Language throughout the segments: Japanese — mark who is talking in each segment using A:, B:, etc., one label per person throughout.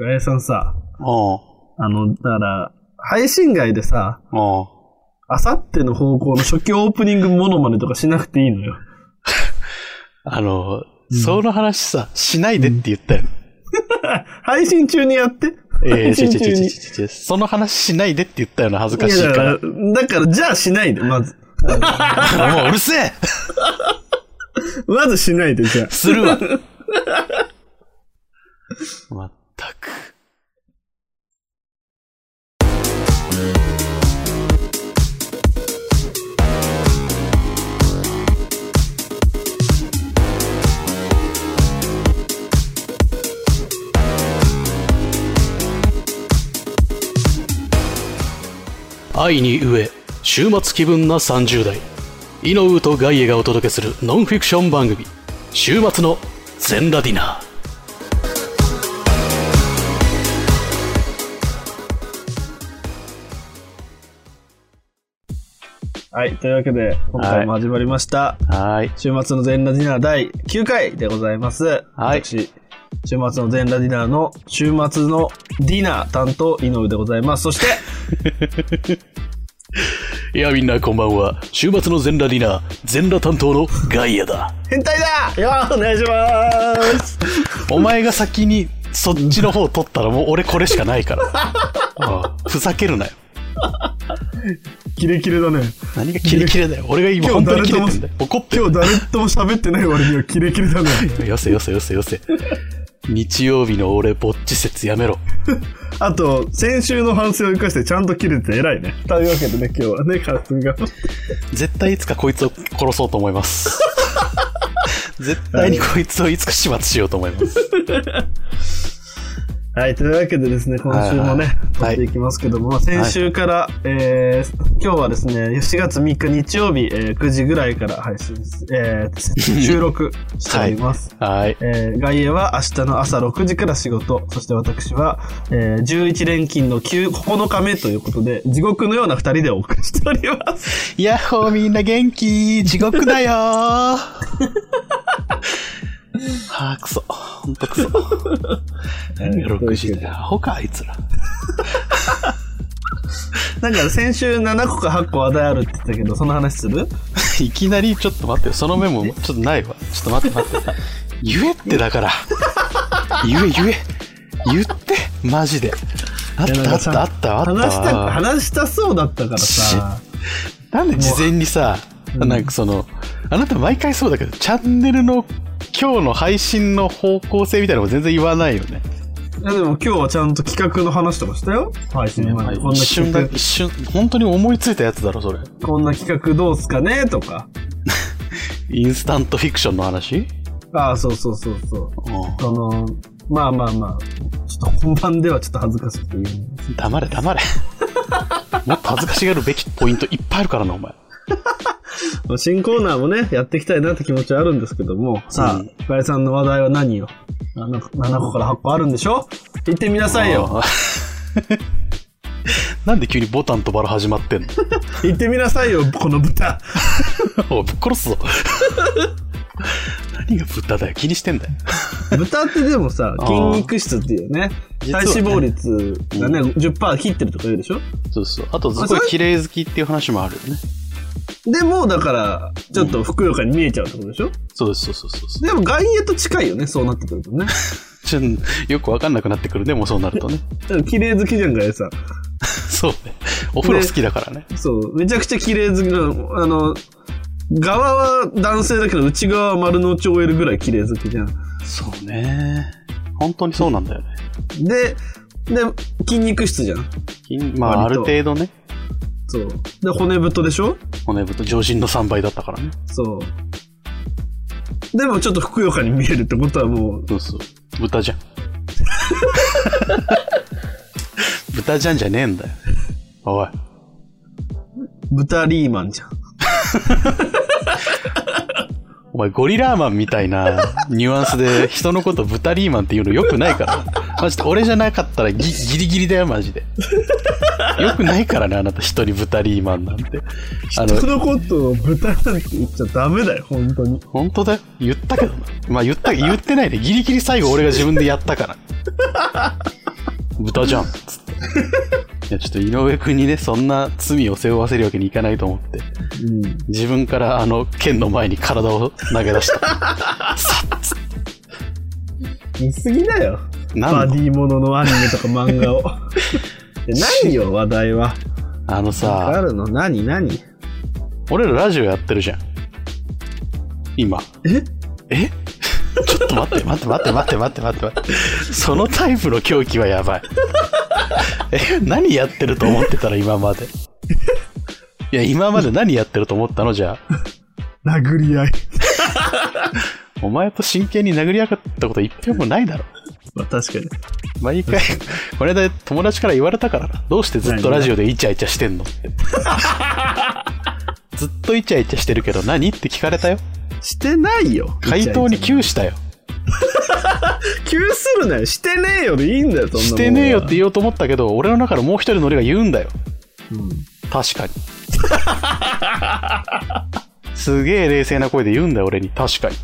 A: ガヤさんさ、
B: うん。
A: あの、だから、配信外でさ、
B: うん。
A: あさっての方向の初期オープニングモノマネとかしなくていいのよ。
B: あの、
A: うん
B: その話さ、しないでって言ったよ。
A: 配信中にやって。
B: え
A: 配
B: え
A: 信
B: ちょちょ
A: 中
B: ちょち
A: に。
B: ょちょその話しないでって言ったよな、恥ずかしい
A: いや
B: か。
A: だからら、だから、じゃあしないで、まず。
B: もううるせえ
A: まずしないで、じゃあ。
B: するわまったく。愛に飢え週末気分な30代イノウとガイエがお届けするノンフィクション番組「週末のゼンラディナー」
A: はい、というわけで、今回も始まりました。
B: はい。
A: 週末の全ラディナー第9回でございます。
B: はい
A: 私、週末の全ラディナーの週末のディナー担当、井上でございます。そして、
B: いや、みんなこんばんは。週末の全裸ディナー、全裸担当のガイアだ。
A: 変態だよーお願いします
B: お前が先にそっちの方を取ったらもう俺これしかないから。ああふざけるなよ。
A: キレキレだね。
B: 何がキレキレだよ。俺が今
A: 今日
B: 本当
A: 誰
B: にキ
A: と
B: レ
A: も
B: てんだよ。怒って
A: 今
B: る
A: 日誰とも喋ってない割にはキレキレだね。
B: よせよせよせよせ。日曜日の俺ぼっち説やめろ。
A: あと、先週の反省を生かしてちゃんと切れて偉いね。というわけでね、今日はね、カツが。
B: 絶対いつかこいつを殺そうと思い ます。絶対にこいつをいつか始末しようと思います。
A: はい、というわけでですね、今週もね、
B: はいはい
A: 撮っていきますけども、まあ先週から、えー、今日はですね、4月3日日曜日、えー9時ぐらいから配信す、えー収録しております。
B: はい。
A: えー、外野は明日の朝6時から仕事、そして私は、えー、11連勤の9、9日目ということで、地獄のような2人でお送りしております。
B: やっほーみんな元気地獄だよー はあ、くそ。ほんとくそ。何が6時だよ。アホか、あいつら。
A: なんか先週7個か8個話題あるって言ったけど、その話する
B: いきなり、ちょっと待ってよ。そのメモ、ちょっとないわ。ちょっと待って待って。言えってだから。言え言え。言って、マジで。あっ
A: いや
B: た
A: な
B: あ
A: んか
B: っ
A: さ
B: たあったあった
A: 話し
B: わ
A: た、話したそうだったからさ。
B: なんで事前にさ、なんかその、あなた毎回そうだけど、チャンネルの今日の配信の方向性みたいなのも全然言わないよね。
A: いやでも今日はちゃんと企画の話とかしたよ。配信前にこんな
B: 一瞬
A: 企
B: だ、
A: 画、
B: 一瞬、本当に思いついたやつだろ、それ。
A: こんな企画どうすかねとか。
B: インスタントフィクションの話
A: ああ、そうそうそうそう。
B: う
A: その、まあまあまあ、ちょっと本番ではちょっと恥ずかしくて言うんです
B: ん。黙れ、 黙れ。もっと恥ずかしがるべきポイントいっぱいあるからな、お前。
A: まあ新コーナーもね、やっていきたいなって気持ちはあるんですけども、さ
B: う
A: あ
B: ん、
A: 深井さんの話題は何よ ?7 個7個から8個あるんでしょ言ってみなさいよ。
B: あー。 なんで急にボタンとバラ始まってんの
A: 言ってみなさいよ、この豚。
B: おいぶっ殺すぞ。 何が豚だよ、気にしてんだよ。
A: 豚ってでもさ、筋肉質っていうね、
B: 実は
A: 体
B: ね
A: 脂肪率がね、10%切ってるとか言うでしょ
B: そうそう。あと、すごい綺麗好きっていう話もあるよね。
A: でも、だから、ちょっとふくよかに見えちゃうってことでしょ、
B: そうです、そうそうそうそう。
A: でも、外野と近いよね、そうなってくるとね。
B: ちょよくわかんなくなってくるね、もうそうなる とね。
A: だから綺麗好きじゃんかよ、さ。
B: そうね。お風呂好きだからね。
A: そう、めちゃくちゃ綺麗好きな、あの、側は男性だけど、内側は丸の内 OL ぐらい綺麗好きじゃん。
B: そうね。本当にそうなんだよね。
A: で、で、筋肉質じゃん。
B: 筋まあ、あ
A: 割
B: る
A: と
B: 程度ね、
A: そう。で、骨太でしょ
B: 骨太、上身の3倍だったからね。
A: そう。でも、ちょっとふくよかに見えるってことはもう、
B: そうそう。豚 じゃん。豚じゃんじゃねえんだよ。おい。
A: 豚リーマンじゃん。
B: お前、ゴリラーマンみたいなニュアンスで人のこと豚リーマンって言うのよくないから。マジで、俺じゃなかったらギギリギリだよ、マジで。よくないからね、あなた一人豚リーマンなんて。あの
A: 人、のことを豚なんて言っちゃダメだよ、本当に。
B: 本当だよ。言ったけどな。まあ言った、言ってないで、ギリギリ最後俺が自分でやったから。豚じゃんっつって。いや、ちょっと井上くんにね、そんな罪を背負わせるわけにいかないと思って、
A: うん。
B: 自分からあの、剣の前に体を投げ出した。
A: 言い過ぎだよ。バ
B: なん
A: デ
B: の
A: ィもののアニメとか漫 画を。でないよ、話題は。
B: あのさ、
A: あるの何何
B: 俺らラジオやってるじゃん今
A: え
B: え ちょっと待って待って待って待って待って待って待ってそのタイプの狂気はやばいえ何やってると思ってたら今までいや今まで何やってると思ったのじゃあ
A: 殴り合い。
B: お前と真剣に殴り合ったこと一遍もないだろ
A: まあ確かに。
B: 毎回これで友達から言われたからなどうしてずっとラジオでイチャイチャしてんのってずっとイチャイチャしてるけど何って聞かれたよ
A: してないよ。
B: 回答に
A: 急
B: 窮したよ
A: 急するなよ。してねえよでいいんだよ、そんなもんは
B: してねえよって言おうと思ったけど俺の中のもう一人の俺が言うんだよ
A: うん。
B: 確 かにすげえ冷静な声で言うんだよ俺に確かに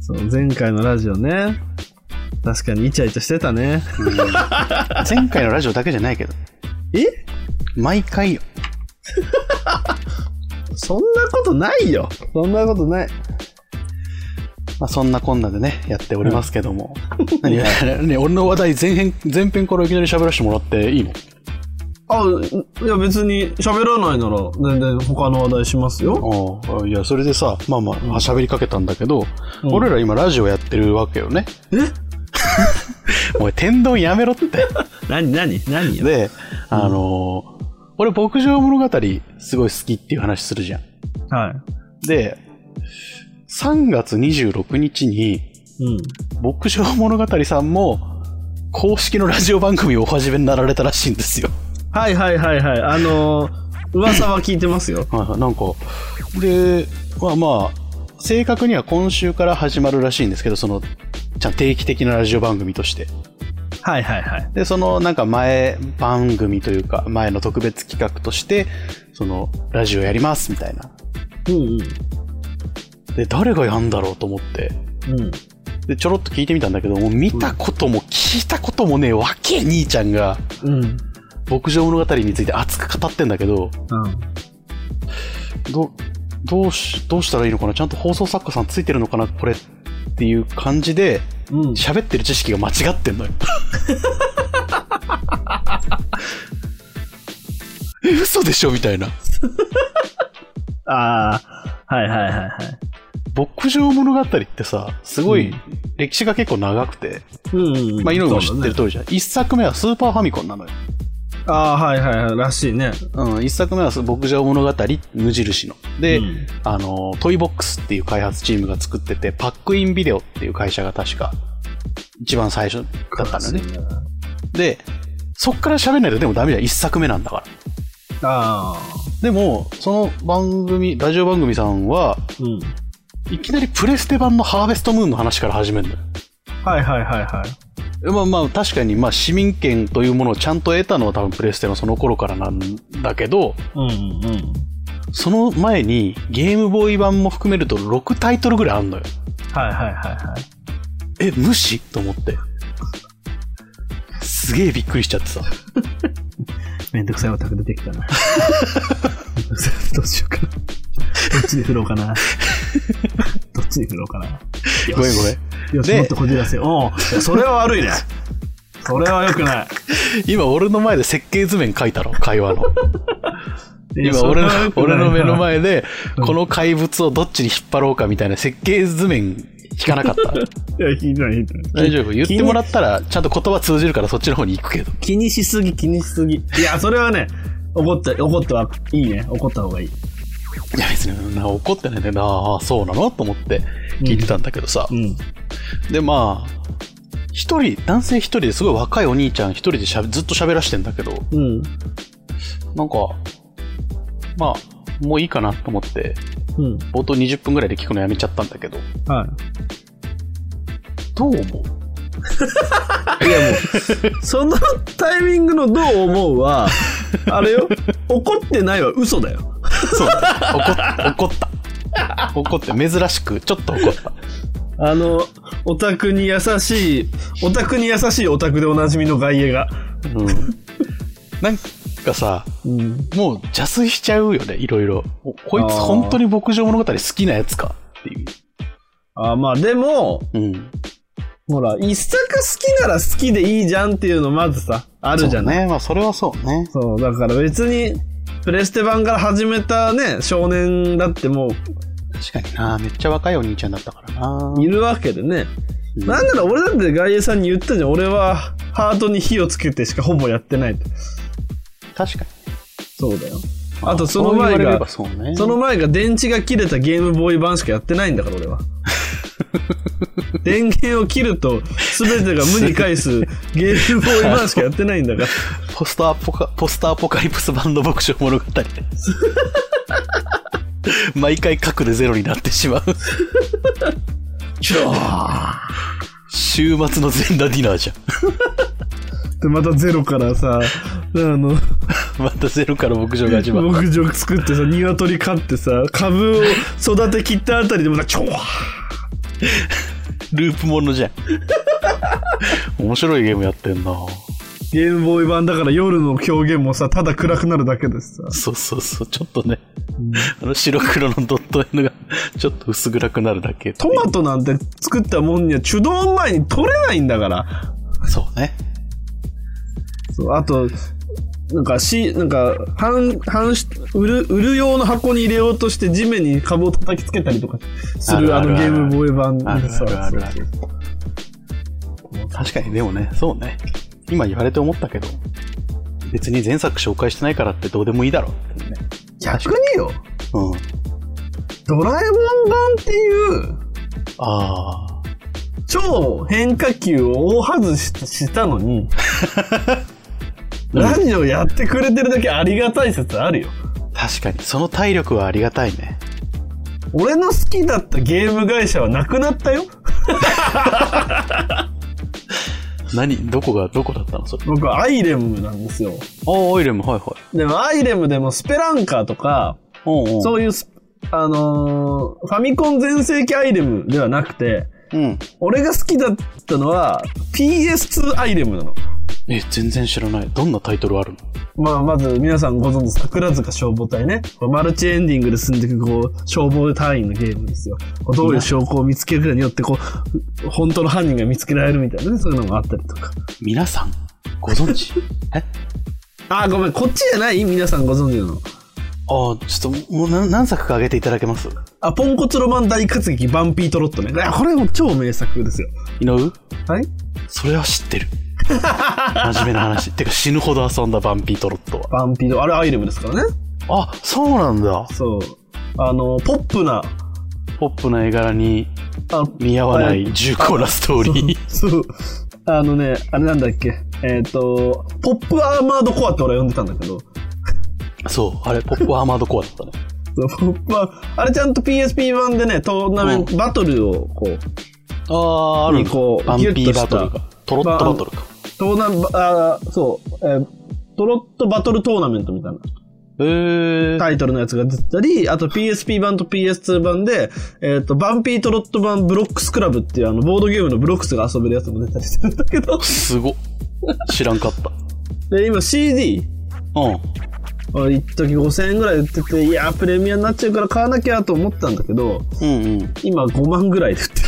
A: そう、前回のラジオね。確かにイチャイチャしてたね。
B: うん前回のラジオだけじゃないけど
A: え
B: 毎回よ
A: そんなことないよ。そんなことない。
B: まあ、そんなこんなでねやっておりますけども、何 ね、俺の話題前編前編からいきなり喋らせてもらっていいの
A: あ、いや別に喋らないなら全然他の話題しますよ。
B: ああいやそれでさまあまああ喋りかけたんだけど、
A: うん
B: 俺ら今ラジオやってるわけよね
A: え
B: お前天丼やめろって
A: 何何何よ。
B: で、あのー俺牧場物語すごい好きっていう話するじゃん。
A: は
B: で、3月26日に
A: い。うん。
B: 牧場物語さんも公式のラジオ番組をお始めになられたらしいんですよ。
A: はいはいはいはい。あのー、噂は聞いてます よ。
B: はいはいなんか、で、まあまあ、正確には今週から始まるらしいんですけど、その、ちゃん定期的なラジオ番組として。
A: はいはいはい。
B: で、そのなんか前番組というか、前の特別企画として、その、ラジオやりますみたいな
A: うん
B: で誰がやんだろうと思って
A: うん。うん。
B: でちょろっと聞いてみたんだけどもう見たことも聞いたこともねえわけ兄ちゃんが
A: うん。うん。
B: 牧場物語について熱く語ってんだけどどどうしどうしたらいいのかなちゃんと放送作家さんついてるのかなこれっていう感じで
A: うん。
B: 喋ってる知識が間違ってんのよ え嘘でしょみたいな
A: ああ、はいはいはいはい。
B: 牧場物語ってさすごい歴史が結構長くて、
A: うん、うん。
B: まあ、井上も知ってる
A: と。
B: 通りじゃん、一作目はスーパーファミコンなのよ
A: ああ、はいはいはい。らしいね。
B: うん、一作目は牧場物語無印の。で、
A: うん
B: あの、トイボックスっていう開発チームが作ってて、パックインビデオっていう会社が確か一番最初だったのね。で、そっから喋んないとでもダメじゃん。一作目なんだから。
A: ああ。
B: でも、その番組、ラジオ番組さんは、
A: うん。
B: いきなりプレステ版のハーベストムーンの話から始めるのよ。
A: はいはいはいはい。
B: まあまあ確かにまあ市民権というものをちゃんと得たのは多分プレステのその頃からなんだけど、
A: うんうんうん。
B: その前にゲームボーイ版も含めると6タイトルぐらいあんのよ。
A: はいはいはいはい。
B: え、無視と思って。すげえびっくりしちゃってさ。
A: めんどくさいオタク出てきたな。 めんどくさいどうしようかな。どっちに振ろうか な。どっちに振ろうかな。
B: ごめんごめん。
A: よし、
B: で
A: もっとこじらせよう。おういやそれは悪いね。それは良くない。
B: 今俺の前で設計図面書いたろ、会話の。
A: いや
B: 今
A: それ
B: 俺の
A: は良、くない
B: 俺の目の前で、
A: うん
B: この怪物をどっちに引っ張ろうかみたいな設計図面引かな かった。
A: いや、ひどいひどい。
B: 大丈夫言ってもらったら、ちゃんと言葉通じるからそっちの方に行くけど。
A: 気にしすぎ、気にしすぎ。いや、それはね、怒った、怒ったわ。いいね。怒った方がいい。
B: いや別にな怒ってないんだよな、ああ、そうなのと思って聞いてたんだけどさ。
A: うん。
B: でまあ一人男性一人ですごい若いお兄ちゃん一人でしゃべずっと喋らしてんだけど
A: うん。
B: なんかまあもういいかなと思って
A: うん。
B: 冒頭20分ぐらいで聞くのやめちゃったんだけど
A: はい。
B: どう思う
A: いやもう、そのタイミングのどう思うは、あれよ、怒ってないは嘘だよ。
B: そう怒っ怒った怒って珍しくちょっと怒った
A: あの、オタクに優しい、オタクに優しいオタクでおなじみの外野が。
B: うん、なんかさ
A: うん。
B: もう邪推しちゃうよねいろいろおこいつ
A: あー
B: 本当に牧場物語好きなやつかっていう
A: あーまあでも、
B: うん
A: ほら、一作好きなら好きでいいじゃんっていうのまずさ、あ
B: あ
A: るじゃない。
B: ねまあそれはそうね
A: そう,、だから別に、プレステ版から始めたね、少年だっても
B: 確かになめっちゃ若いお兄ちゃんだったからな
A: ういるわけでね。
B: うん
A: なんなら俺だって外野さんに言ったじゃん。俺はハートに火をつけてしかほぼやってないと。
B: 確かに
A: そうだよ。
B: ま
A: あとその前が
B: そう言われればそうね
A: その前が電池が切れたゲームボーイ版しかやってないんだから俺 は。電源を切ると全てが無に返すゲームボーイ版しかやってないんだから。
B: ポスターポカ、ポスターポカリプス版の牧場物語で。毎回核でゼロになってしまう。週末の全裸ディナーじゃ
A: で、またゼロからさ、あの、
B: ん。 またゼロから牧場が始まる。
A: 牧場作ってさ、鶏飼ってさ、株を育て切ったあたりでまたチョワー
B: ループものじゃん。面白いゲームやってんな
A: ゲームボーイ版だから夜の表現もさ、ただ暗くなるだけですさ。
B: そうそうそう、ちょっとね。あの白黒のドット絵のがちょっと薄暗くなるだけ。
A: トマトなんて作ったもんには手動前に取れないんだから。
B: そうね。
A: そうあとなんかしなんか半半売る売る用の箱に入れようとして地面に株を叩きつけたりとかするあ
B: あるある
A: の
B: あ
A: ゲ
B: る
A: ームボーイ版
B: ある
A: さ
B: あるある確かにでもねそうね今言われて思ったけど別に前作紹介してないからってどうでもいいだろうってね
A: 逆によ
B: うん
A: ドラえもん版っていう
B: ああ
A: 超変化球を大外ししたの にラジオやってくれてるだけありがたい説あるよ
B: 確かにその体力はありがたいね
A: 俺の好きだったゲーム会社はなくなったよ
B: 何どこがどこだったのそれ
A: 僕はアイレムなんですよ
B: ああオイレムはいはい
A: でもアイレムでもスペランカーとか
B: うんうん
A: そういうス、あのーファミコン全盛期アイレムではなくて、
B: うん
A: 俺が好きだったのは PS2 アイレムなの。
B: え全然知らないどんなタイトルあるの
A: まあ、まず皆さんご存知、桜塚消防隊ね。こうマルチエンディングで進んでいく、こう、消防隊員のゲームですよ。こうどういう証拠を見つけるかによって、こう、本当の犯人が見つけられるみたいなね、そういうのもあったりとか。
B: 皆さんご存 知え
A: あ、ごめん、こっちじゃない皆さんご存知なの。
B: ああちょっともう何何作か挙げていただけます
A: あ、ポンコツロマン大活劇、バンピートロットね。いやこれも超名作ですよ。
B: 井上
A: はい
B: それは知 ってる真面目な話てか死ぬほど遊んだバンピートロットは
A: バンピート、あれアイレムですからね。
B: あそうなんだ
A: そう。あの、ポップな、
B: ポップな絵柄に
A: あ
B: 見合わない重厚なストーリー。
A: そう。あのね、あれなんだっけ。えっ、と、ポップアーマードコアって俺は呼んでたんだけど、
B: そう、あれ、ポップアーマードコアだったね。
A: そうポップアーあれちゃんと PSP 版でね、トーナメント、バトルをこう、
B: ああ、あるんだ
A: にこう
B: バンピ
A: ギュッ
B: ー
A: と
B: バ
A: した
B: トルか。トロットバトルか。
A: トーナあーそう、えートロットバトルトーナメントみたいな
B: えー、
A: タイトルのやつが出てたり、あと PSP 版と PS2 版で、えっ、と、バンピートロット版ブロックスクラブっていうあの、ボードゲームのブロックスが遊べるやつも出たりするんだけど、
B: すごっ。知らんかった。
A: で、今 CD、
B: うん。
A: 俺一時5000円ぐらい売ってていやープレミアになっちゃうから買わなきゃと思ったんだけど
B: うんうん。
A: 今5万ぐらいで売って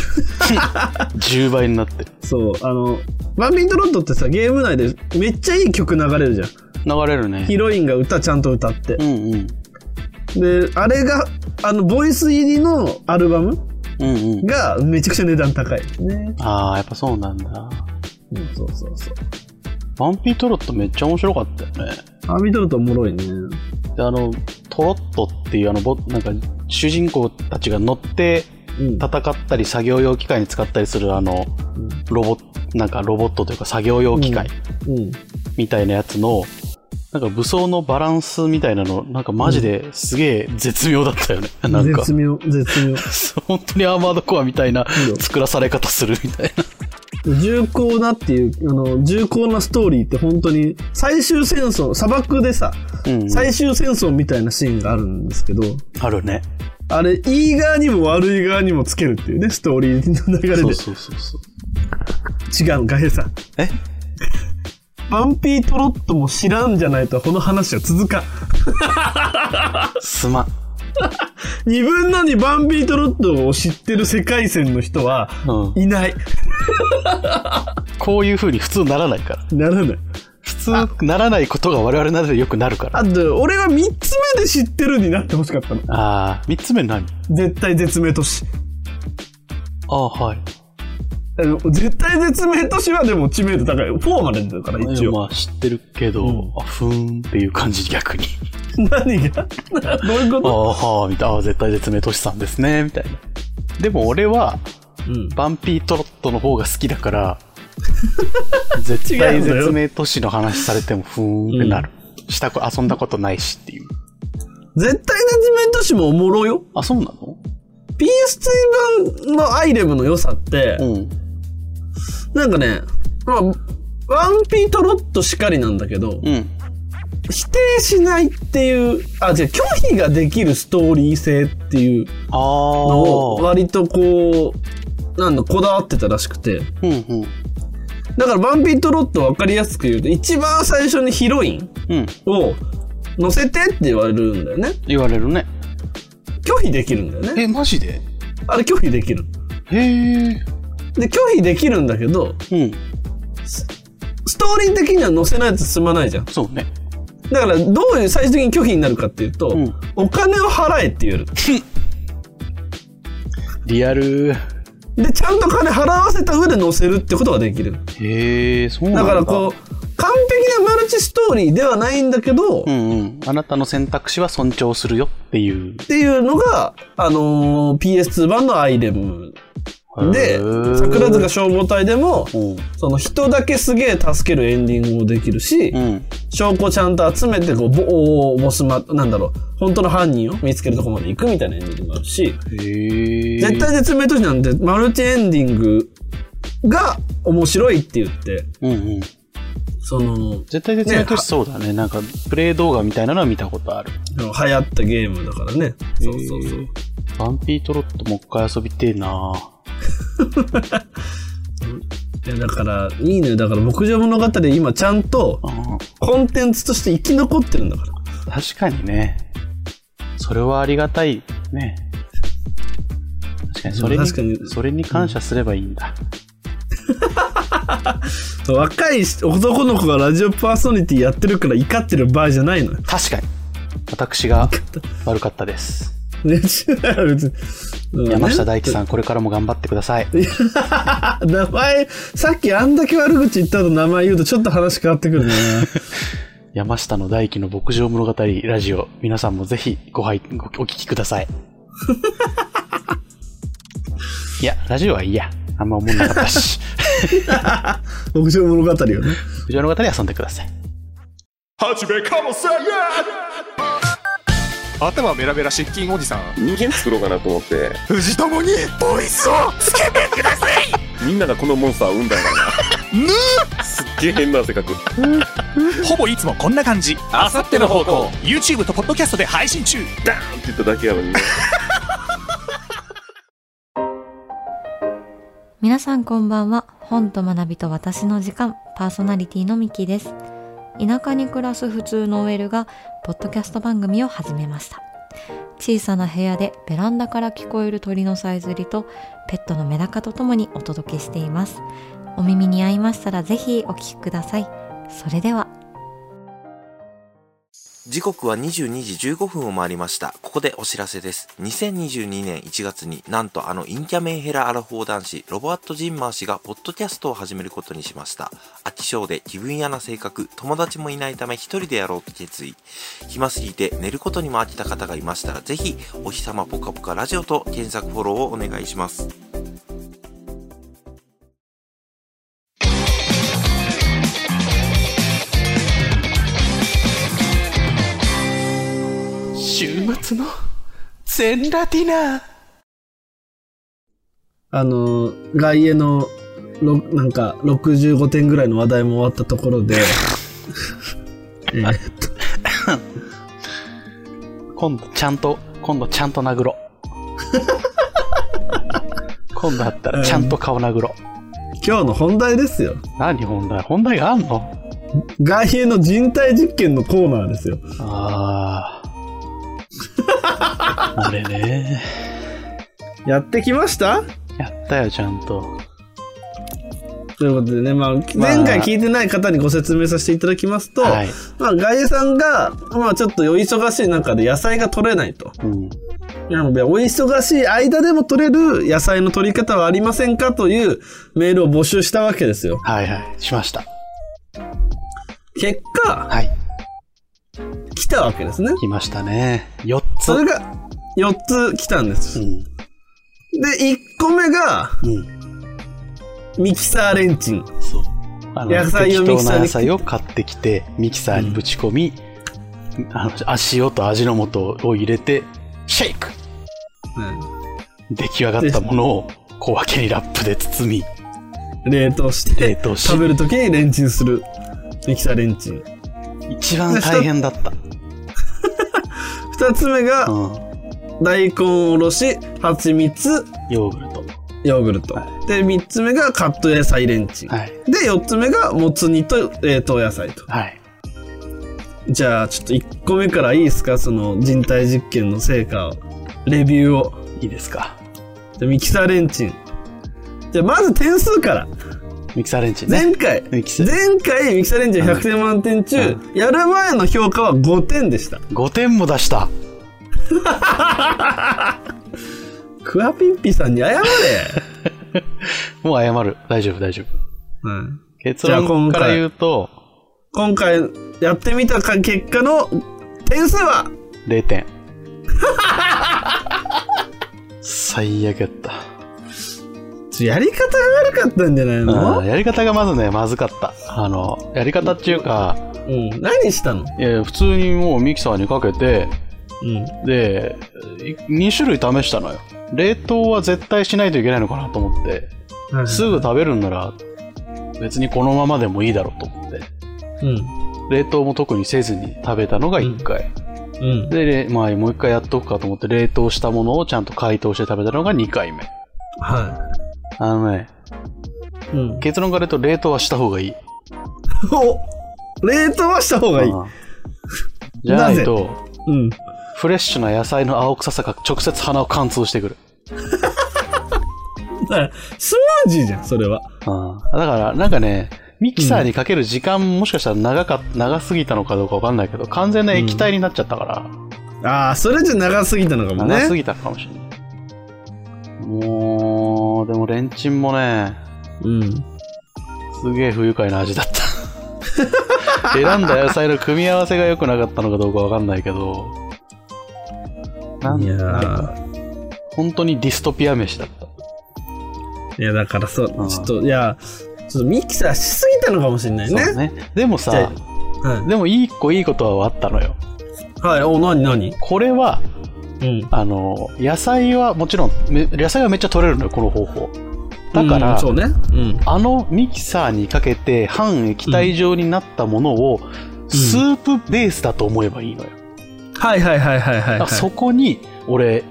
A: る
B: 10倍になってる。
A: そうあのバンビントロッドってさゲーム内でめっちゃいい曲流れるじゃん
B: 流れる
A: ヒ
B: ね。
A: ロインが歌ちゃんと歌って
B: うんうん。
A: であれがあのボイス入りのアルバム
B: うんうん。
A: がめちゃくちゃ値段高いね
B: ああ、やっぱそうなんだ。
A: うんそうそうそう
B: バンピートロットめっちゃ面白かったよね。
A: バンビントロッドおもろいね
B: で、あの、トロットっていう、あの、ぼなんか、主人公たちが乗って
A: うん
B: 戦ったり、作業用機械に使ったりする、あの、ロボなんかロボットというか作業用機械
A: うん
B: みたいなやつの、なんか武装のバランスみたいなの、なんかマジですげえ絶妙だったよね。 なんか
A: 絶、妙絶妙
B: 本当にアーマードコアみたいな作らされ方するみたいな。
A: 重厚なっていうあの重厚なストーリーって本当に最終戦争砂漠でさ
B: うん
A: 最終戦争みたいなシーンがあるんですけど、
B: あるね。
A: あれ、いい側にも悪い側にもつけるっていうね、ストーリーの流れで。
B: そうそうそうそう。
A: 違うの、ガヘルさん。
B: え
A: パンピートロットも知らんじゃないと、この話は続かん。
B: すまん。
A: 二分の二バンビートロットを知ってる世界線の人は
B: うん、
A: いない。
B: こういう風に普通ならないから。
A: ならない。
B: 普通ならないことが我々なぜよくなるから。
A: あと、俺は三つ目で知ってるになってほしかったの。
B: ああ、三つ目何
A: 絶対絶命都市。
B: ああ、はい。
A: あの絶対絶命都市はでも知名度高い。4までだから
B: い
A: 一
B: や
A: 応。
B: まあ知ってるけど、
A: うん
B: あ、ふーんっていう感じ逆に。
A: 何が どういうこ
B: あ
A: と
B: あ、はあ、みたいな。ああ、絶対絶命都市さんですね、みたいな。でも俺は、
A: うん。
B: バンピートロットの方が好きだ から、絶対絶命都市の話されてもふーんってなる。したこ遊んだことないしっていう。
A: 絶対絶命都市もおもろよ。
B: あ、そうなの
A: PS2 版のアイレムの良さって、
B: うん。
A: なんかね、まあ、ワンピートロットしかりなんだけど、
B: うん。
A: 否定しないっていう、あ、違う、拒否ができるストーリー性っていう
B: あ
A: のを、
B: あ。
A: 割とこう、なんだ、こだわってたらしくて。
B: うんうん。
A: だから、バンビートロットわかりやすく言うと、一番最初にヒロイン
B: うん。
A: を乗せてって言われるんだよね。
B: 言われるね。
A: 拒否できるんだよね。
B: え、マジで
A: あれ拒否できる。
B: へえ。
A: で、拒否できるんだけど、
B: うん。
A: ストーリー的には乗せないと進まないじゃん。
B: そう ね。
A: だから、どういう最終的に拒否になるかっていうと、
B: うん
A: お金を払えって言える。
B: リアル。
A: で、ちゃんと金払わせた上で乗せるってことができる。
B: へえ、そう
A: だ
B: なんだ。
A: からこう、完璧なマルチストーリーではないんだけど、
B: う
A: っ
B: んうん。あなたの選択肢は尊重するよっていう。
A: ていうのが、あのー PS2 版のアイレム
B: へ
A: で
B: ー、
A: 桜塚消防隊でも、
B: うん。
A: その人だけすげえ助けるエンディングもできるし、
B: うん。
A: 証拠ちゃんと集めて、こう、ボボスま、なんだろう、本当の犯人を見つけるとこまで行くみたいなエンディングもあるし、
B: へえ。
A: 絶対絶命都市なんで、マルチエンディングが面白いって言って、
B: うんうん。
A: その、
B: 絶対絶命都市そうだね。なんか、プレイ動画みたいなのは見たことある。
A: 流行ったゲームだからね。そうそうそう
B: へ。ーワンピートロットもう一回遊びてえない
A: やだからいいのよだから牧場物語今ちゃんと
B: うん
A: コンテンツとして生き残ってるんだから
B: 確かにね。それはありがたいね。確かに、それに、
A: 確かに
B: それに感謝すればいいんだ。
A: そう若い男の子がラジオパーソナリティやってるから怒ってる場合じゃない のよ
B: 確かに。私が悪かったです。
A: ね別にうんね
B: 山下大輝さん、これからも頑張ってください。
A: あ 名前さっきあんだけ悪口言ったと名前言うとちょっと話変わってくる ね
B: 山下の大輝の牧場物語ラジオ、皆さんもぜひご拝、ごお聞きください。いや、ラジオはいいや。あんま思んなかったし。
A: 牧場物語をね
B: 牧場物語遊んでください。
C: 始めかもせん
D: 頭ベラベラ失禁おじさん
C: 人間作ろうかなと思って
D: 藤友にボイスをつけてください
C: みんながこのモンスターを産んだからなすっげえ変な性格
D: ほぼいつもこんな感じあさっての方向 YouTube とポッドキャストで配信中
C: ダーンって言っただけやのにね
E: 皆さんこんばんは本と学びと私の時間パーソナリティのミキです田舎に暮らす普通の OL がポッドキャスト番組を始めました小さな部屋でベランダから聞こえる鳥のさえずりとペットのメダカとともにお届けしていますお耳に合いましたらぜひお聞きくださいそれでは
F: 時刻は22時15分を回りました。ここでお知らせです。2022年1月になんとあのインキャメンヘラアラフォー男子ロバート・ジンマー氏がポッドキャストを始めることにしました。飽き性で気分屋な性格、友達もいないため一人でやろうと決意。暇すぎて寝ることにも飽きた方がいましたらぜひお日様ぽかぽかラジオと検索フォローをお願いします。
B: 週末の全ラティナー。
A: あの外野のろなんか65点ぐらいの話題も終わったところで えーっと
B: 今度ちゃんと、今度ちゃんと殴ろう。今度あったらちゃんと顔殴ろう。
A: 今日の本題ですよ。
B: 何本題本題があんの
A: 外幣の人体実験のコーナーですよ。
B: ああ。あれね。
A: やってきました
B: やったよ、ちゃんと。
A: ということでね、まあ、
B: まあ
A: 前回聞いてない方にご説明させていただきますと、
B: はい。
A: まあ、外衛さんが、まあ、ちょっとお忙しい中で野菜が取れないと。
B: うん。
A: なので、お忙しい間でも取れる野菜の取り方はありませんかというメールを募集したわけですよ。
B: はいはい。しました。
A: 結果、
B: はい。
A: 来たわけですね。
B: 来ましたね。4つ。
A: それが4つ来たんです。
B: う
A: で、
B: ん。
A: 1個目が
B: うん。
A: ミキサーレンチン。
B: そう。あの、
A: 野菜を
B: 適
A: ミキサ
B: 当
A: ー
B: な
A: に
B: 野菜を買ってきて、ミキサーにぶち込み、あの、塩と味の素を入れて、シェイク出来上がったものを小分けにラップで包み、
A: 冷凍して、
B: 冷凍し
A: 食、べるときにレンチンする。ミキサーレンチン。
B: 一番大変だった。
A: 2つ目が
B: うん。
A: 大根おろし、蜂蜜、
B: ヨーグルト。
A: ヨーグルト。で、3つ目がカット野菜レンチン。
B: はい。
A: で、4つ目がもつ煮と冷凍野菜と。
B: はい。
A: じゃあ、ちょっと1個目からいいですかその人体実験の成果を。レビューを。
B: いいですか。
A: じゃあミキサーレンチン。じゃあ、まず点数から。
B: ミキサーレンチンね。
A: 前回。
B: ミキサー。
A: 前回ミキサーレンチン100点満点中、
B: う
A: やる前の評価は5点でした。
B: 5点も出した。
A: クワピンピさんに謝れ。
B: もう謝る。大丈夫、大丈夫。
A: うん
B: 結
A: じゃあ今
B: 論
A: 回
B: から言うと、
A: 今回やってみたか結果の点数は
B: 0点。最悪やった。
A: ちょやり方が悪かったんじゃない
B: あ
A: の
B: ーやり方がまずね、まずかった。あの、やり方っていうか、
A: うん。何したの
B: いや普通にもうミキサーにかけて、
A: うん。
B: で、い2種類試したのよ。冷凍は絶対しないといけないのかなと思って、すぐ食べるんなら、別にこのままでもいいだろうと思って、
A: うん。
B: 冷凍も特にせずに食べたのが1回。
A: うん。
B: で、れまあ、もう1回やっとくかと思って、冷凍したものをちゃんと解凍して食べたのが2回目。
A: は
B: あのね、
A: い。うん。
B: 結論から言うと冷凍はした方がいい。
A: お冷凍はした方がいい。
B: うんじゃないと、
A: うん。
B: フレッシュな野菜の青臭さが直接鼻を貫通してくる。
A: だからスムージーじゃん、それは。
B: うんだから、なんかね、ミキサーにかける時間もしかしたら長か、長すぎたのかどうかわかんないけど、完全な液体になっちゃったから、
A: ああ、それじゃ長すぎたのかもね。
B: 長すぎたのかもしれない。もう、でもレンチンもね、
A: うん。
B: すげえ不愉快な味 だった。選んだ野菜の組み合わせが良くなかったのかどうかわかんないけど、なん
A: いや
B: 本当にディストピア飯だった。
A: ーいや、だからそう、
B: ん
A: ちょっと、いや、ちょっとミキサーしすぎたのかもしれないね
B: そう。ね。でも
A: じ
B: さ
A: ゃ、は
B: でもいい子いいことはあったのよ。
A: い。はい、お、なになに
B: これは、
A: うん。
B: あの野菜はもちろんめ野菜はめっちゃ取れるのよこの方法だから、
A: うんそうね。うん。
B: あのミキサーにかけて半液体状になったものを、スープベースだと思えばいいのよ、
A: はいはいはいはいはい、
B: だか
A: は
B: ら
A: い。
B: そこに俺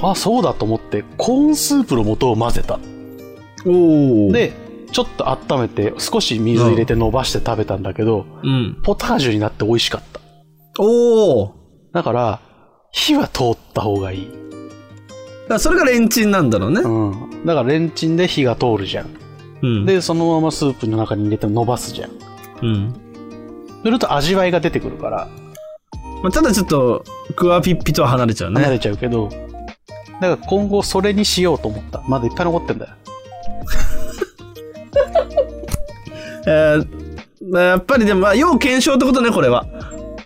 B: あそうだと思ってコーンスープの素を混ぜた
A: おー、
B: でちょっと温めて少し水入れて伸ばして食べたんだけど、
A: うん。
B: ポタージュになって美味しかった
A: おー。
B: だから火は通った方がい
A: だ
B: い、
A: からそれがレンチンなんだろうね。
B: うん、だからレンチンで火が通るじゃん
A: うん。、
B: でそのままスープの中に入れて伸ばすじゃん
A: うん。
B: すると味わいが出てくるから
A: まあ、ただちょっと、クワピッピとは離れちゃう
B: 離
A: ね。
B: れちゃうけど、だから今後それにしようと思ったまだいっぱい残ってんだよ
A: えー、まあやっぱりでも、まあ、要検証ってことね、これは。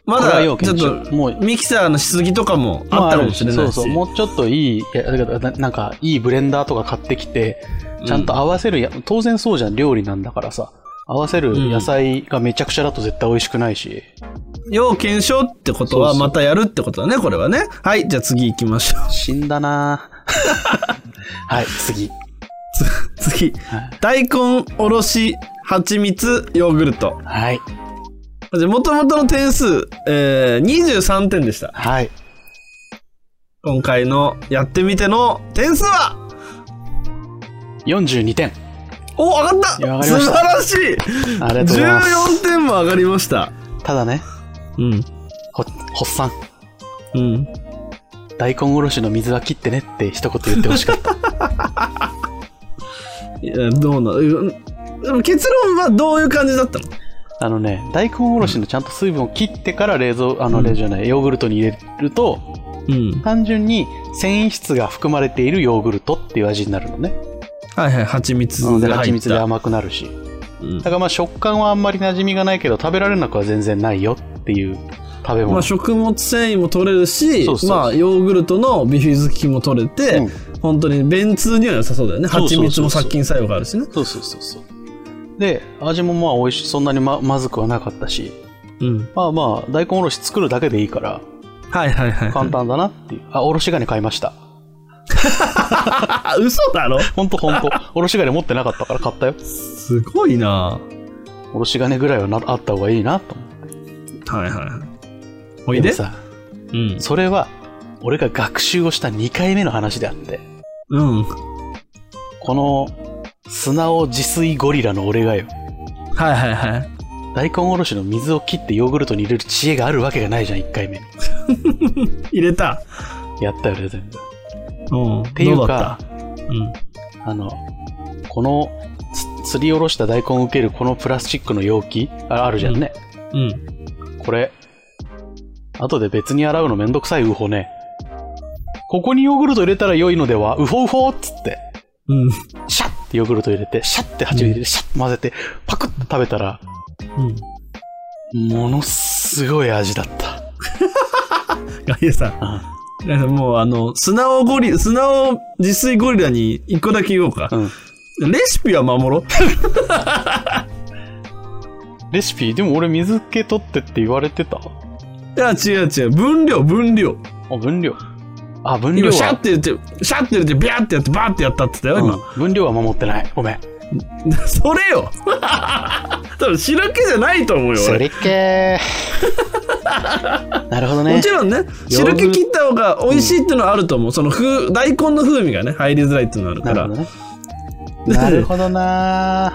A: ま
B: これ
A: だ、
B: は
A: ちょ
B: 要
A: っと
B: 検証、もう
A: ミキサーのしすぎとかもあったかもしれないし。
B: そうそうもうちょっといいいやだからななんかいいブレンダーとか買ってきてちゃんと合わせるや、当然そうじゃん料理なんだからさ合わせる野菜がめちゃくちゃだと絶対美味しくないし、
A: 要検証ってこと
B: そ
A: は、
B: うそう
A: またやるってことだね、これはね。はい、じゃあ次行きましょう。
B: 死んだ なぁはい次
A: 次
B: は。
A: 大根、おろし、蜂蜜、ヨーグルト。
B: はい
A: じゃあ、もともとの点数、えー、23点でした。
B: はい
A: 今回のやってみての点数は
B: 42点。
A: お、上がっ
B: いや
A: た
B: 上がり
A: 素
B: まし
A: 晴
B: た
A: らしい
B: ありがとうございます
A: !14 点も上がりました。
B: ただね、
A: うん。
B: ほ、ほっさん、
A: うん。
B: 大根おろしの水は切ってねって一言言ってほし かった。
A: いや、どうな、うんでも結論はどういう感じだったの
B: あのね、大根おろしのちゃんと水分を切ってから冷蔵、あの、冷蔵じゃない、ヨーグルトに入れると、
A: うん。
B: 単純に繊維質が含まれているヨーグルトっていう味になるのね。
A: はいはい、蜂蜜
B: なの
A: で入っ
B: で
A: た。
B: 蜂蜜で甘くなるし。
A: うん
B: だからまあ食感はあんまり馴染みがないけど、食べられなくは全然ないよっていう食べ
A: ま
B: 物
A: あ、。食物繊維も取れるし
B: そうそうそう
A: まあ、ヨーグルトのビフィズ菌も取れて、
B: うん
A: 本当に便通には良さそうだよね
B: そうそう
A: 蜂
B: そう
A: 蜜も殺菌作用があるしね
B: そうそうそうそう。で、味もまあ美味しい、そんなにままずくはなかったし、
A: うん
B: まあまあ、大根おろし作るだけでいいから、
A: はいはいはい
B: 簡単だなっていう。あ、おろし金買いました。
A: あ嘘だろ
B: ほんと ほんと。おろし金持ってなかったから買ったよ。
A: すごいな
B: おろし金ぐらいはなあった方がいいなと思って。
A: はいはいはいおいで
B: もさ、
A: うん
B: それは、俺が学習をした2回目の話であって、
A: うんは
B: この、砂を自炊ゴリラの俺がよ、
A: いはいはい
B: 大根おろしの水を切ってヨーグルトに入れる知恵があるわけがないじゃん、1回目。
A: 入れた
B: やったよね、全部。っ
A: うんって
B: い
A: ど
B: う
A: うだ
B: か
A: っ、たうん
B: あの、この、つすりおろした大根を受けるこのプラスチックの容器、ああるじゃんね。
A: うん
B: これ、後で別に洗うのめんどくさい、ウホね。ここにヨーグルト入れたら良いのでは、ウホウホっつって、
A: うん
B: シャッてヨーグルト入れて、シャッて蜂蜜入れて、シャッて混ぜて、パクッと食べたら、
A: うん
B: ものすごい味だった。
A: ガイエさんガイエさんもうあの砂をゴリ砂を自炊ゴリラに一個だけ言おうか
B: う、ん。
A: レシピは守ろう
B: レシピ、でも俺水気取ってって言われてた。
A: いや、違う違う。分量、分量。
B: あ、分量。あ、分量
A: 今、シャッ
B: は。
A: て言って、シャッて言って、ビャーってやって、バーってやったって言ったよ、
B: うん分量は守ってない。ごめん。
A: 今。 それよ多分、汁気じゃないと思うよ、俺。
B: れっけ ーなるほどね
A: もちろんね、汁気切った方が美味しいってのはあると思う。その風、大根の風味がね、入りづらいってのがあるか
B: な
A: ら
B: るほど。ねなるほどな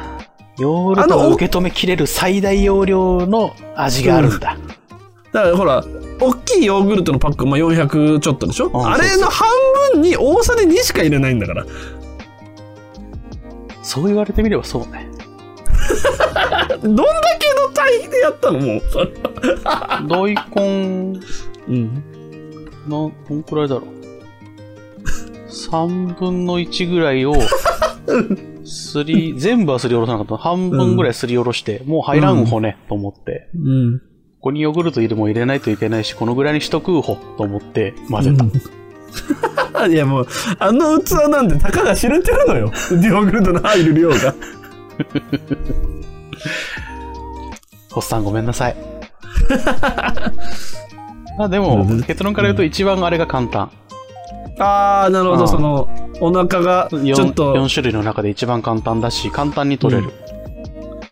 B: ーヨーグルト
A: あの
B: を受け止めきれる最大容量の味があるんだ、
A: だから、ほら、大きいヨーグルトのパック、まあ、400ちょっとでしょ
B: ん
A: あれの半分に大さで2しか入れないんだから。
B: そう言われてみればそうね
A: どんだけの単位でやったのもう。
B: 大根
A: うん。
B: のどんくらいだろう3分の1ぐらいをすり全部はすりおろさなかった半分ぐらいすりおろして、もう入らんほね、と思って
A: うん。
B: ここにヨーグルト入れも入れないといけないしこのぐらいにしとくうほと思って混ぜ た、
A: いやもう、あの器なんで、たかが知れてるのよ。ヨーグルトの入る量が。
B: おっさんごめんなさい。 まあでも、結論から言うと一番あれが簡単。
A: ああ、なるほ
B: う
A: ど。
B: ん
A: その、お腹が、
B: 4,
A: ちょっ
B: 4
A: と、
B: 種類の中で一番簡単だし、簡単に取れる。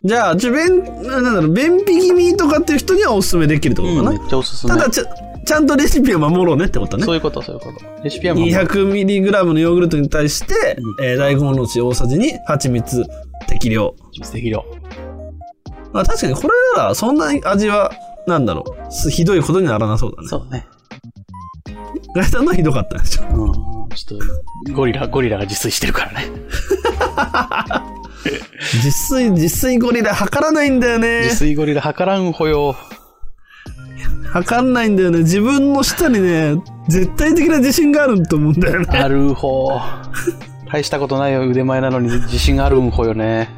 A: じゃあ、ちょ、便、なんだろう、便秘気味とかっていう人にはおすすめできるってことかな。
B: めっちゃおすすめ
A: た。だちゃ、ちゃんとレシピを守ろうねってことね
B: そ。ういうこと、そういうこと。レシピはもう
A: 200mg のヨーグルトに対して、えー大根おろし大さじに蜂蜜適量。
B: 適量。
A: まあ確かにこれならそんなに味は、なんだろう、すひどいことにならなそうだね。
B: そうね。
A: ガイさんのはひどかったでしょ。
B: うん。ちょっと、ゴリラ、ゴリラが自炊してるからね。
A: 実炊、実炊ゴリラ測らないんだよね。
B: 自炊ゴリラ計らんほよ。
A: 測んないんだよね自分の舌にね絶対的な自信があると思うんだよね
B: あるほ。大したことないよ、腕前なのに自信があるんほよね。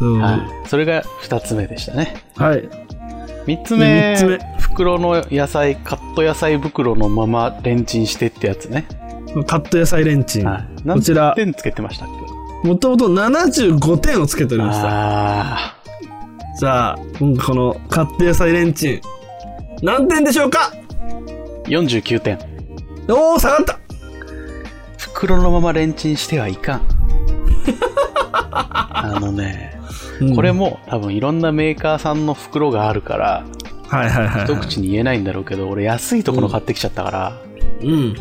A: うんは
B: はい。それが二つ目でしたね。
A: い
B: 三つ
A: 三
B: 目
A: つ目
B: 袋の野菜カット野菜袋のままレンチンしてってやつね、
A: カット野菜レンチン、
B: はい、
A: こちら
B: 何点つけてましたっけ
A: もともと75点をつけておりました
B: ああ
A: じゃあうんこのカット野菜レンチン何点でしょうか
B: 49点
A: おお下がった
B: 袋のままレンチンしてはいか んあのね
A: うん
B: これも多分いろんなメーカーさんの袋があるから
A: はいはいはい。
B: 一口に言えないんだろうけど、俺安いところ買ってきちゃったから、
A: うん。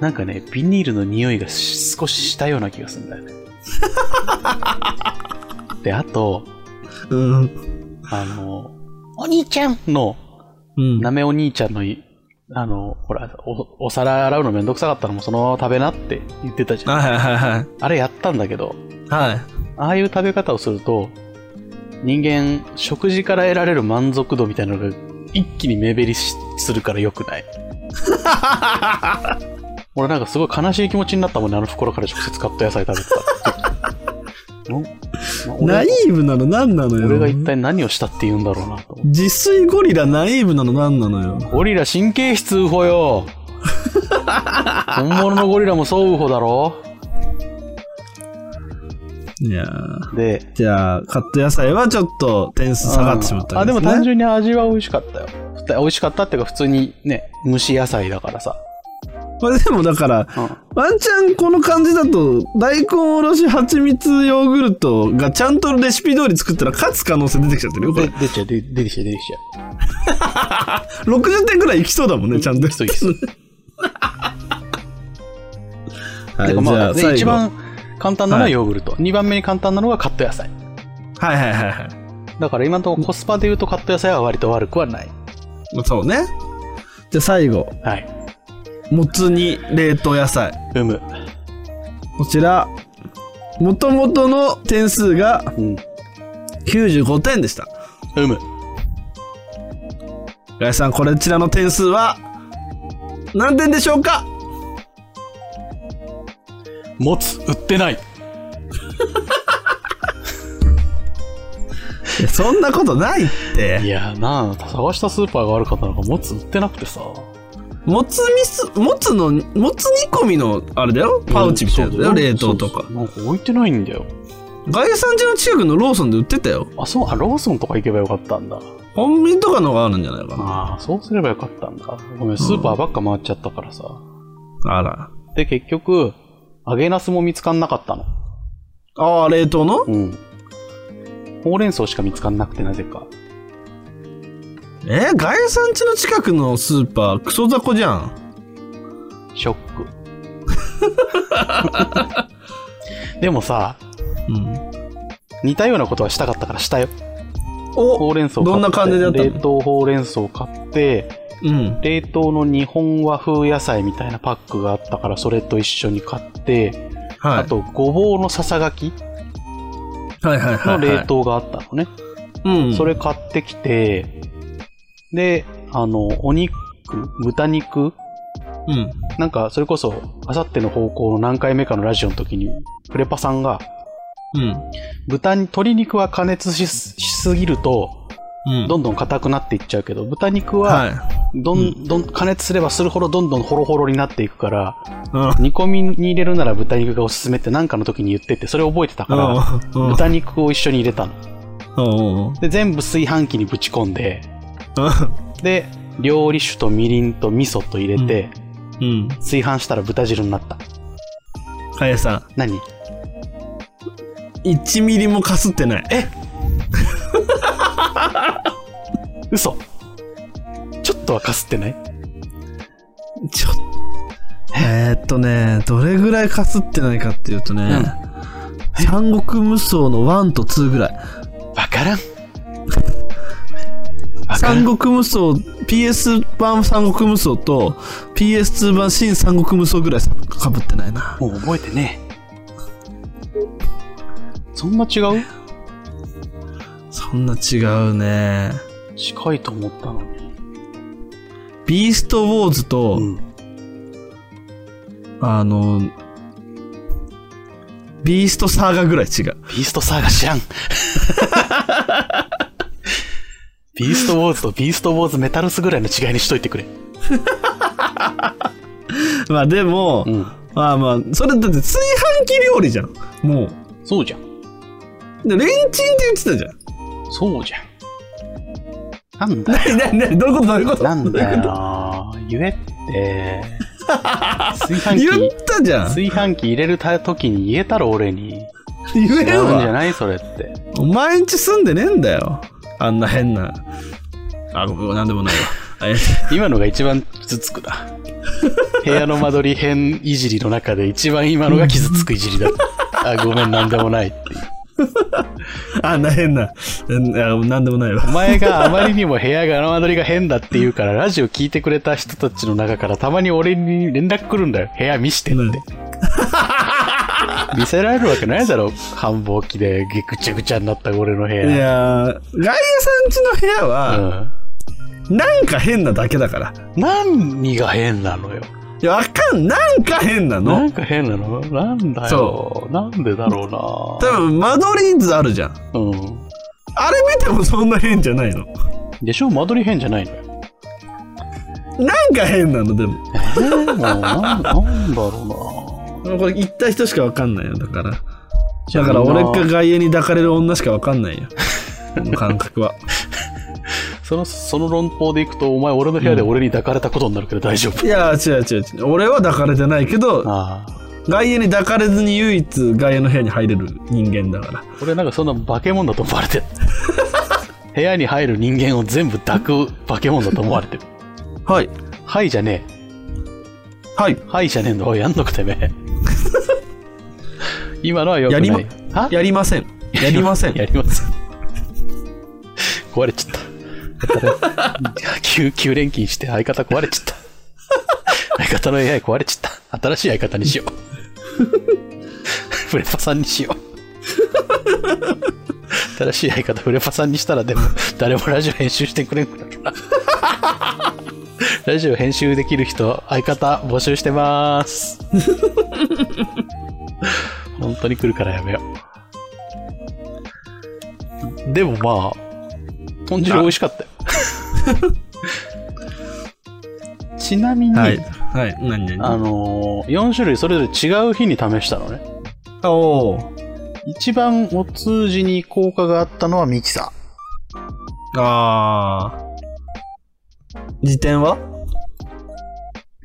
B: なんかね、ビニールの匂いがし少ししたような気がするんだ よね。で、あと、
A: うん。
B: あの、お兄ちゃんの、
A: うん。
B: なめお兄ちゃんのい、あの、ほら、おお皿洗うのめんどくさかったのもそのまま食べなって言ってたじゃん。あ
A: はいはいはい
B: れやったんだけど、
A: はい。はい。
B: ああいう食べ方をすると、人間、食事から得られる満足度みたいなのが一気に目減りしするから良くない。俺なんかすごい悲しい気持ちになったもんね、あの袋から直接買った野菜食べてた。のま俺
A: ナイーブなの何なのよ。
B: 俺が一体何をしたって言うんだろうなと思って
A: 自炊ゴリラナイーブなの何なのよ。
B: ゴリラ神経質ウホ よ本物のゴリラもそうウホだろ
A: いやー
B: で
A: じゃあ、カット野菜はちょっと点数下がってしまったわ
B: あ
A: け
B: ですも
A: ね
B: 単純に味は美味しかったよふた美味しかったっていうか普通にね蒸し野菜だからさ、
A: これでもだから、ワンチャンこの感じだと、大根おろし蜂蜜ヨーグルトがちゃんとレシピ通り作ったら勝つ可能性出てきちゃってるよ、こ
B: で
A: れ。
B: 出ちゃうで出てきちゃう出てきちゃう
A: 60点くらいいきそうだもんね、ちゃ んと。
B: いきそういきそう
A: は
B: て
A: い、
B: かまあ
A: じゃあ
B: で一。
A: 最後
B: 番簡単なのは
A: はい
B: ヨーグルト、二2番目に簡単なのがカット野菜
A: はいはいはいはい。
B: だから今のところコスパで言うとカット野菜は割と悪くはない
A: そうね。じゃあ最後、
B: はい
A: もつ煮冷凍野菜。
B: うむ
A: こちら、もともとの点数が
B: うん
A: 95点でした。
B: うむ
A: ガイさん、これちらの点数は何点でしょうか
B: 持つ売ってない
A: いやそんなことないっ
B: い
A: て。
B: やなあ探したスーパーが悪かったのか持つ売ってなくてさ
A: もつみす、もつの、もつ煮込みの、あれだよ、パウチみたいなのだよ、
B: うん
A: 冷凍とか
B: そう。そうなんか置いてないんだよ
A: ガイさん家の近くのローソンで売ってたよ。
B: あそうあローソンとか行けばよかったんだ
A: コンビニとかのがあるんじゃないかな。
B: ああそうすればよかったんだごめんスーパーばっか回っちゃったからさ、
A: あら。
B: で結局揚げナスも見つかんなかったの
A: ああ、冷凍の
B: うんほうれん草しか見つかんなくてなぜか
A: えー、ガイさん家の近くのスーパー、クソ雑魚じゃん。
B: ショッ クでもさ
A: うん。
B: 似たようなことはしたかったからしたよほ
A: お
B: うれん草買って
A: どんな感じだったの
B: 冷凍ほうれん草買って
A: うん。
B: 冷凍の日本和風野菜みたいなパックがあったからそれと一緒に買って、
A: はい。
B: あとごぼうのささがき
A: はいはいはい、
B: の
A: はい。
B: 冷。凍があったのね、
A: うん。
B: それ買ってきてであのお肉豚肉
A: うん。
B: なんかそれこそあさっての方向の何回目かのラジオの時にクレパさんが
A: うん。
B: 豚に鶏肉は加熱しすしすぎると
A: うん。
B: どんどん硬くなっていっちゃうけど豚肉は
A: はい。
B: ど
A: うん
B: どん加熱すればするほどどんどんホロホロになっていくから
A: うん。
B: 煮込みに入れるなら豚肉がおすすめって何かの時に言っててそれ覚えてたから
A: うん。
B: 豚肉を一緒に入れたの
A: うん。うん。
B: で全部炊飯器にぶち込んでで料理酒とみりんと味噌と入れて、
A: うん。
B: 炊飯したら豚汁になった
A: かやさ
B: 何
A: ん、1ミリもかすってない。
B: 嘘ちょっとはかすってない
A: ちょっえー、っとね、どれぐらいかすってないかっていうとね、三国無双の1と2ぐらい。
B: わからんわから
A: 三
B: ん
A: 国無双、PS 版三国無双と PS2 版新三国無双ぐらいかぶってないな。
B: もう覚えてねえそんな違う
A: そんな違うね。
B: 近いと思ったのに
A: ビーストウォーズと、
B: うん
A: あの、ビーストサーガぐらい違う。
B: ビーストサーガ知 らんビーストウォーズとビーストウォーズメタルスぐらいの違いにしといてくれ
A: まあでも、
B: うん
A: まあまあ、それだって炊飯器料理じゃん。も
B: そうじゃん
A: う。で、レンチンって言ってたじゃん。
B: そうじゃんなんだよ
A: なになにどういうことどういうこと
B: なんだよな言えって。 炊
A: 言
B: 飯器、
A: ったじゃん。
B: 炊飯器入れるた時に言えたろ、俺に。
A: 言え
B: 違
A: る
B: うんじゃ
A: わ。
B: ないそれって。
A: お前んち住んでねえんだよ。あんな変な。あ、ごめん、なんでもないわ。え
B: 今のが一番傷つく な。部屋の間取り編いじりの中で一番今のが傷つくいじりだった。あ、ごめん、なんでもないっていう。
A: あ、な、変な。うんあなんでもないわ
B: お。前があまりにも部屋が間取りが変だって言うから、ラジオ聞いてくれた人たちの中からたまに俺に連絡来るんだよ。部屋見してって。 見せられるわけないだろ。繁忙期でぐちゃぐちゃになった俺の部
A: い
B: 屋。
A: やー、ガイアさんちの部屋
B: う
A: は、
B: ん。
A: なんか変なだけだから。
B: 何が変なのよ。
A: いや、わかん、なんか変な
B: な
A: の。
B: んか変なのなんだよ
A: そ。
B: なんでだろ
A: 多分、間取り図あるじゃん。
B: うな。うん。
A: あれ見てもそんな変じゃないの。
B: でしょ間取り変じゃな いのよ。
A: なんか変なの、でも。
B: えー、もうなんなんだろ
A: これ言った人しかわかんないよ、だから。
B: うな。
A: だから俺
B: じゃあ
A: か
B: みんな
A: 外野に抱かれる女しかわかんないよ。この感覚は。
B: その、その論法でいくと、お前俺の部屋で俺に抱かれたことになるけど大丈夫。
A: いやー、違う違う違う。俺は抱かれてないけど、
B: ああ。
A: 外野に抱かれずに唯一外野の部屋に入れる人間だから。
B: 俺なんかそんな化け物だと思 われてる。部屋に入る人間を全部抱く化け物だと思われてる。
A: はい。
B: はいじゃねえ。
A: はい。
B: はいじゃねえんだ。おい、やんのくて めえ。今のはよく
A: や
B: ない。
A: りま
B: は
A: やりません。やりません。
B: やります。壊れちゃった。急、急連勤して相方壊れちゃった。相方の AI 壊れちゃった。新しい相方にしよう。フレパさんにしよう。新しい相方フレパさんにしたらでも誰もラジオ編集してくれんくなるな。ラジオ編集できる人、相方募集し てます。本当に来るからやめよう。でもまあ、豚汁美味しかっ たよ。ちなみに、
A: はい。はい。何何
B: あのー、4種類それぞれ違う日に試したのね。
A: おー
B: 一番お通じに効果があったのはミキサ
A: あー。辞典は
B: ー。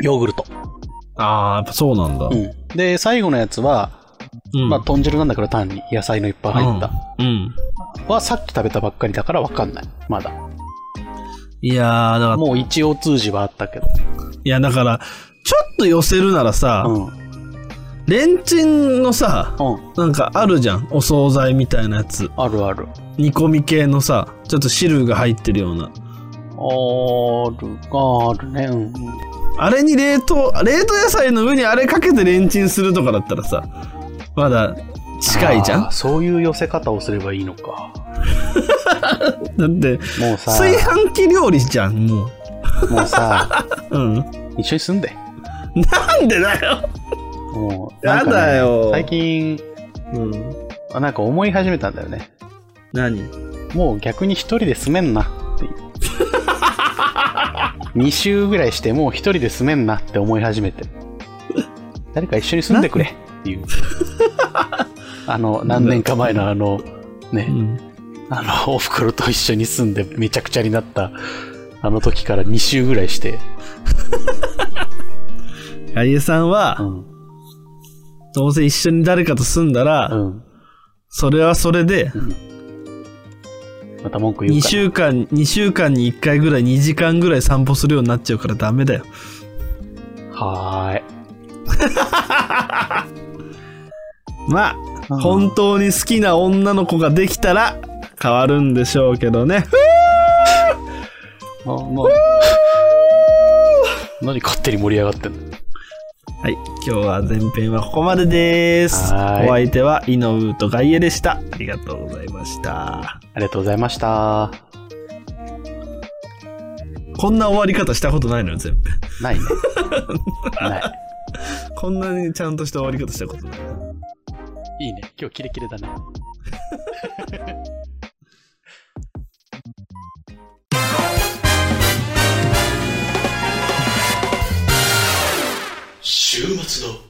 B: ヨーグルト。
A: あー、やっぱそうなんだ。
B: うん。で、最後のやつは、
A: うん
B: まあ、豚汁なんだから単に野菜のいっぱい入った。
A: うん。
B: はさっき食べたばっかりだからわかんない。まだ。
A: いやー、だから、
B: もう一応通じはあったけど。
A: いや、だから、ちょっと寄せるならさ、
B: うん。
A: レンチンのさ、
B: うん。
A: なんかあるじゃん。お惣菜みたいなやつ。
B: あるある。
A: 煮込み系のさ、ちょっと汁が入ってるような。
B: ある、あるね。うん。
A: あれに冷凍、冷凍野菜の上にあれかけてレンチンするとかだったらさ、まだ近いじゃん
B: あーそういう寄せ方をすればいいのか。
A: だって、
B: もうさ、
A: 炊飯器料理じゃん、もう。
B: もうさ、
A: うん。
B: 一緒に住んで。
A: なんでだよ。
B: もう、
A: やだよ
B: なんかね最近、
A: うん。
B: あなんか思い始めたんだよね。
A: 何
B: もう逆に一人で住めんな っていう。2週ぐらいしてもう一人で住めんなって思い始めて。誰か一緒に住んでくれっていう。あの、何年か前のあの、
A: う
B: ね、
A: ん。
B: あの、お袋と一緒に住んでめちゃくちゃになった、あの時から2週ぐらいして、
A: あゆさん
B: う
A: は、
B: ん、
A: どうせ一緒に誰かと住んだら、
B: うん、
A: それはそれで、
B: また文句言う
A: 2
B: から。
A: 週間、2週間に1回ぐらい、2時間ぐらい散歩するようになっちゃうからダメだよ。
B: はーい。
A: まあ、本当に好きな女の子ができたら、変わるんでしょうけどね。
B: もう、もう。 何勝手に盛り上がってんの
A: はい、今日は前編はここまでです。
B: はー
A: お
B: い
A: 相手は井上と外エでした。ありがとうございました。
B: ありがとうございました。
A: こんな終わり方したことないのよ、全編。
B: ない ね。な
A: こんなにちゃんとした終わり方したことない。
B: い。いいね。今日キレキレだね。週末の